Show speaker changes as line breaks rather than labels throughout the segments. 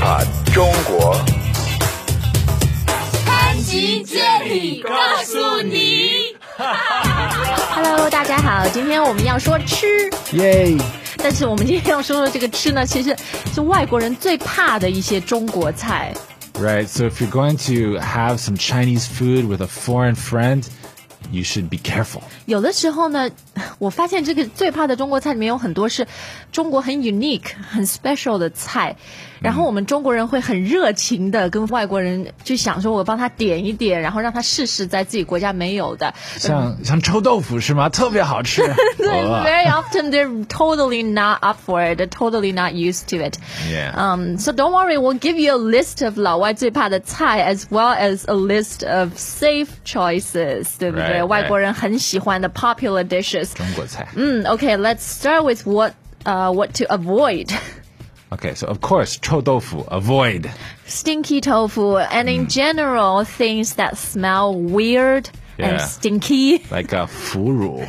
Pod 中国
潘吉建里告诉你。
Hello，大家好，今天我们要说吃，
耶！
但是我们今天要说的这个吃呢，其实是外国人最怕的一些中国菜。
Right, so if you're going to have some Chinese food with a foreign friend, you should be careful.
有的时候呢， 我发现这个最怕的中国菜里面有很多是中国很 unique、很 special 的菜，然后我们中国人会很热情的跟外国人去想说，我帮他点一点，然后让他试试在自己国家没有的。
像像臭豆腐是吗？特别好吃。 哦
Very often they're totally not up for it, they're totally not used to it.
Yeah.
Um, so don't worry, we'll give you a list of 老外最怕的菜 as well as a list of safe choices, 对不对
Right, right.
外国人很喜欢的 popular dishes.
中国菜。
嗯，OK, let's start with what. Uh, what to avoid?
Okay, so of course, 臭豆腐 avoid.
Stinky tofu, and
Hmm.
in general, things that smell weird and
Yeah.
stinky.
Like a 腐乳，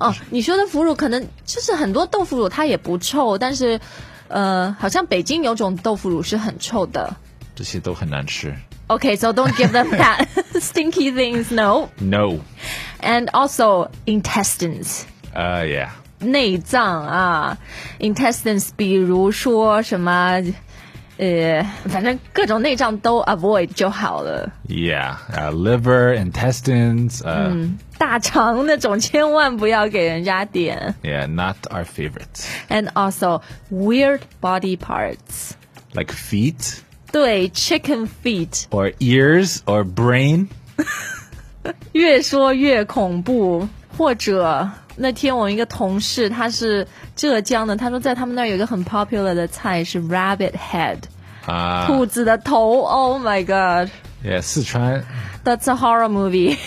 哦，你说的腐乳可能就是很多豆腐乳它也不臭，但是，呃，好像北京有种豆腐乳是很臭的。
这些都很难吃。
Okay, so don't give them that stinky things. No,
No.
and also intestines.
呃、uh,，Yeah.
内脏啊，intestines，比如说什么，呃，反正各种内脏都 avoid 就好了。
Yeah, uh, liver, intestines, uh,
Mm. 大肠那种千万不要给人家点
yeah, not our favorites.
，and also weird body parts，
Like feet
对，chicken feet，
or ears or brain.
越说越恐怖。或者那天我一个同事他是浙江的，他说在他们那儿有一个很 popular 的菜是 rabbit head，
啊、
兔子的头。Oh my god！
yeah, 四川
That's a horror movie.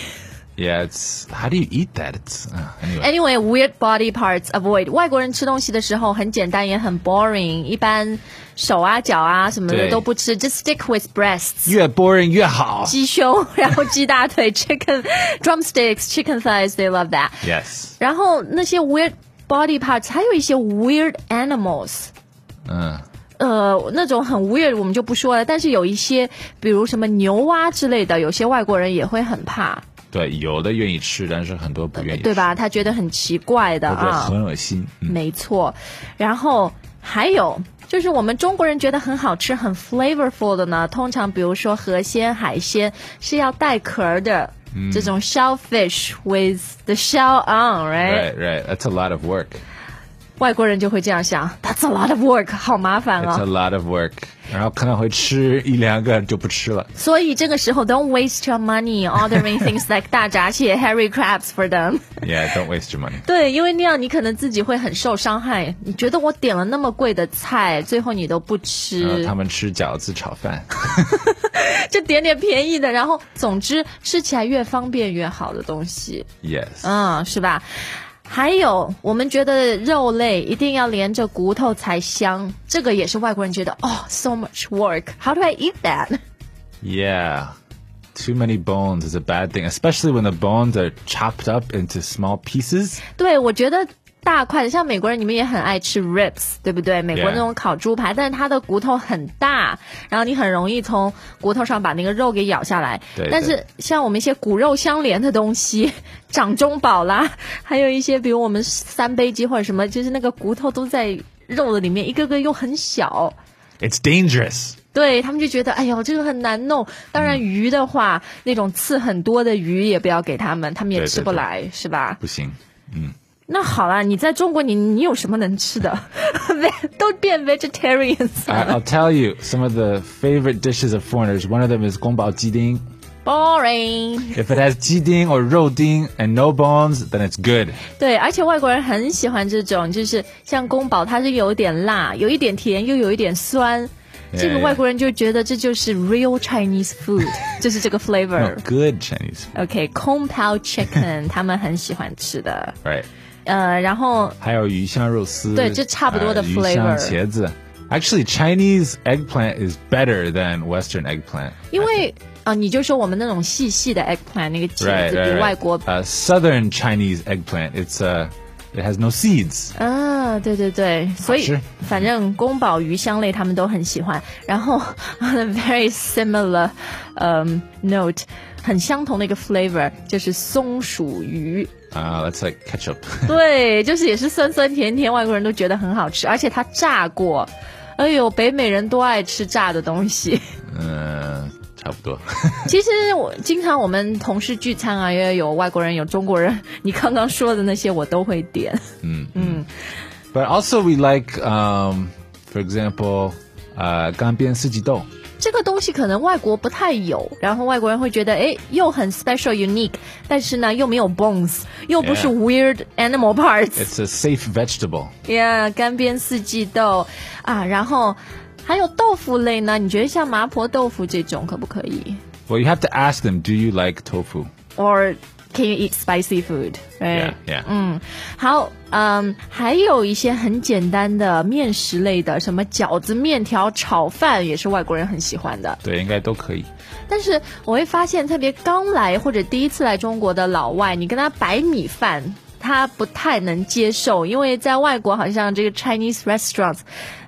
Yeah, it's how do you eat that? It's uh, anyway.
Anyway, weird body parts avoid. 外国人吃东西的时候很简单，也很 boring，一般手啊、脚啊什么的
对
都不吃，just stick with breasts.
越 boring 越好。
鸡胸，然后鸡大腿 （chicken drumsticks, chicken thighs）, they love that.
Yes.
然后那些 weird body parts，还有一些 weird animals。
嗯，
呃，那种很 weird 我们就不说了，但是有一些，比如什么牛蛙之类的，有些外国人也会很怕，
对，有的愿意吃，但是很多不愿意吃，
对？吧？他觉得很奇怪的
或者
啊。
很恶心。嗯
没错，然后还有就是我们中国人觉得很好吃、很 flavorful 的呢，通常比如说河鲜、海鲜是要带壳儿的，
嗯
这种 shellfish with the shell on，right？
Right, right. That's a lot of work.
外国人就会这样想，That's a lot of work，好麻烦
It's
啊
a。lot of work. 然后可能会吃一两个就不吃了。
所以这个时候，Don't waste your money ordering things like 大闸蟹、hairy crabs for them。
Yeah, don't waste your money.
对，因为那样你可能自己会很受伤害。你觉得我点了那么贵的菜，最后你都不吃。
然后他们吃饺子炒饭。
就点点便宜的，然后总之吃起来越方便越好的东西，
Yes.
嗯，是吧？还有，我们觉得肉类一定要连着骨头才香，这个也是外国人觉得哦，so much work。How do I eat that？
Yeah. Too many bones is a bad thing, especially when the bones are chopped up into small pieces.
对，我觉得大块的，像美国人你们也很爱吃 ribs，对不对？美国
Yeah.
那种烤猪排，但是它的骨头很大，然后你很容易从骨头上把那个肉给咬下来。
对
但是像我们一些骨肉相连的东西， 掌中宝啦， 还有一些比如我们三杯鸡或者什么，就是那个骨头都在肉的里面，一个个又很小。
It's dangerous.
对他们就觉得，哎呦，这个很难弄。当
嗯
然，鱼的话，那种刺很多的鱼也不要给他们，他们也
对对
吃不
对
来，是吧？
不行。
那好啦，你在中国你，你有什么能吃的？ 都变 vegetarians
I, I'll tell you some of the favorite dishes of foreigners. One of them is gongbao jiding.
boring。
If it has jiding or roding and no bones, then it's good.
对，而且外国人很喜欢这种，就是像宫保，它是有点辣，有一点甜，又有一点酸。这个
yeah.
外国人就觉得这就是 real Chinese food，就是 这个
No,
flavor。
good Chinese food.
OK，空泡 chicken 他们很喜欢吃的。
Right.
呃，然后
还有鱼香肉丝，
对，这差不多的 flavor。
Actually, Chinese eggplant is better than Western eggplant.
因为啊、你就说我们那种细细的 eggplant 那个茄
Right,
子
right,
比
right.
外国
Uh, Southern Chinese eggplant. It's uh, it has no seeds.
啊啊，对对对，所以
吃
反正宫保鱼香类他们都很喜欢。然后 on a very similar 嗯、note，很相同的一个 flavor 就是松鼠鱼，
Uh, that's like ketchup.
对，就是也是酸酸甜甜，外国人都觉得很好吃，而且它炸过。哎呦，北美人多爱吃炸的东西。
uh, 差不多。
其实我经常我们同事聚餐啊，也有外国人，有中国人。你刚刚说的那些我都会点。
but also we like, um, for example, uh, 干煸四季豆.
这个东西可能外国不太有，然后外国人会觉得，哎，又很 special unique，但是呢又没有 bones，又不是
Yeah.
weird animal parts。
It's a safe vegetable.
Yeah，干煸四季豆啊，然后还有豆腐类呢，你觉得像麻婆豆腐这种可不可以
Well, you have to ask them, do you like tofu?
？Or can you eat spicy food？对
Yeah, yeah.
嗯，好，嗯，还有一些很简单的面食类的，什么饺子、面条、炒饭，也是外国人很喜欢的。
对，应该都可以。
但是我会发现，特别刚来或者第一次来中国的老外，你跟他白米饭，他不太能接受，因为在外国好像这个 Chinese restaurants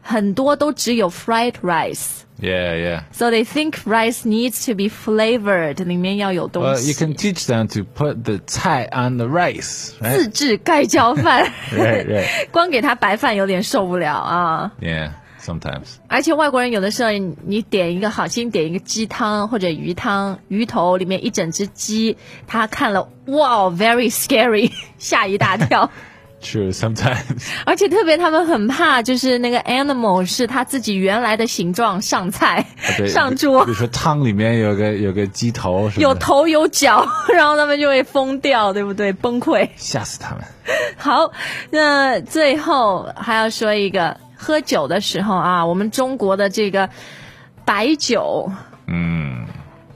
很多都只有 fried rice。
Yeah, yeah.
So they think rice needs to be flavored，里面要有东
Well,
西。
you can teach them to put the 菜 on the rice,
自
right?
制盖浇饭
right, right.
光给他白饭有点受不了啊！
Yeah, sometimes.
而且外国人有的时候，你点一个好心点一个鸡汤或者鱼汤，鱼头里面一整只鸡，他看了，哇，very scary，吓 一大跳。
True, sometimes.
而且特别他们很怕，就是那个 animal 是他自己原来的形状上菜、
啊 对
上桌
比，如说汤里面有个有个鸡头什么的，
有头有脚， 然后他们就会疯掉，对不对？崩溃。
吓死他们。
好，那最后还要说一个，喝酒的时候啊，我们中国的这个白酒，
嗯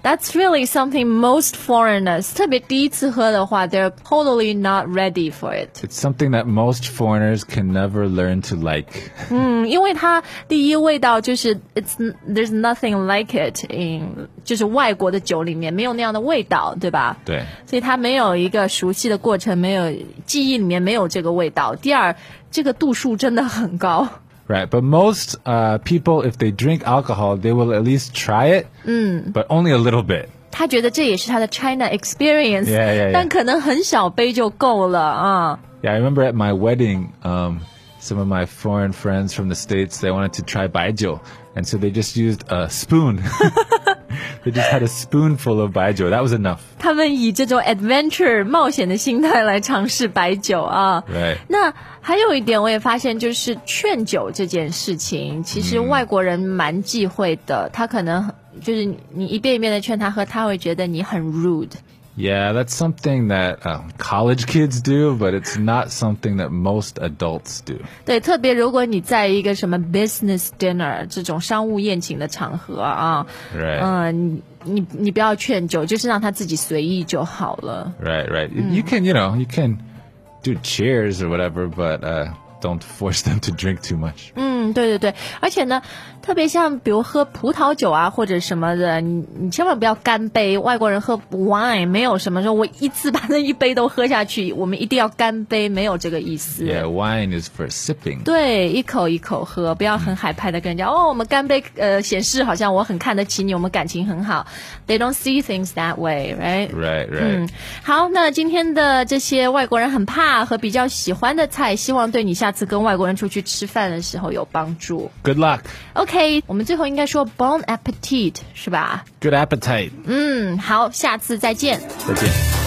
That's really something most foreigners, 特别第一次喝的话，they're totally not ready for it。
，It's something that most foreigners can never learn to like.
嗯，因为它第一味道就是 it's there's nothing like it in 就是外国的酒里面没有那样的味道，对吧？
对，
所以它没有一个熟悉的过程，没有记忆里面没有这个味道。第二，这个度数真的很高。
right. But most uh, people, if they drink alcohol, they will at least try it, but only a little bit.
他觉得这也是他的 China experience，
Yeah, yeah, yeah.
但可能很小杯就够了啊。
Yeah, I remember at my wedding, um, some of my foreign friends from the States, they wanted to try baijiu. And so they just used a spoon. they just had a spoonful of baijiu. That was enough.
他们以这种 adventure 冒险的心态来尝试白酒啊。
Right.
那还有一点，我也发现，就是劝酒这件事情，其实
嗯
外国人蛮忌讳的。他可能就是你一遍一遍的劝他喝，他会觉得你很 rude。
Yeah, that's something that um, college kids do, but it's not something that most adults do.
对，特别如果你在一个什么 business dinner 这种商务宴请的场合啊，
Right.
嗯，你你不要劝酒，就是让他自己随意就好了。
Right, right. You- You can, you know, you can do cheers or whatever, but uh, don't force them to drink too much.
嗯，对对对，而且呢，特别像比如喝葡萄酒啊或者什么的，你你千万不要干杯。外国人喝 wine 没有什么说我一次把那一杯都喝下去，我们一定要干杯，没有这个意思。
Yeah, wine is for sipping.
对，一口一口喝，不要很海派的跟人家哦，我们干杯，呃，显示好像我很看得起你，我们感情很好。They don't see things that way, right?
Right, right.
嗯，好，那今天的这些外国人很怕和比较喜欢的菜，希望对你下次跟外国人出去吃饭的时候有帮助。
Good luck.
OK，我们最后应该说 Bon appetit 是吧？
Good appetite.
嗯，好，下次再见。
That's it.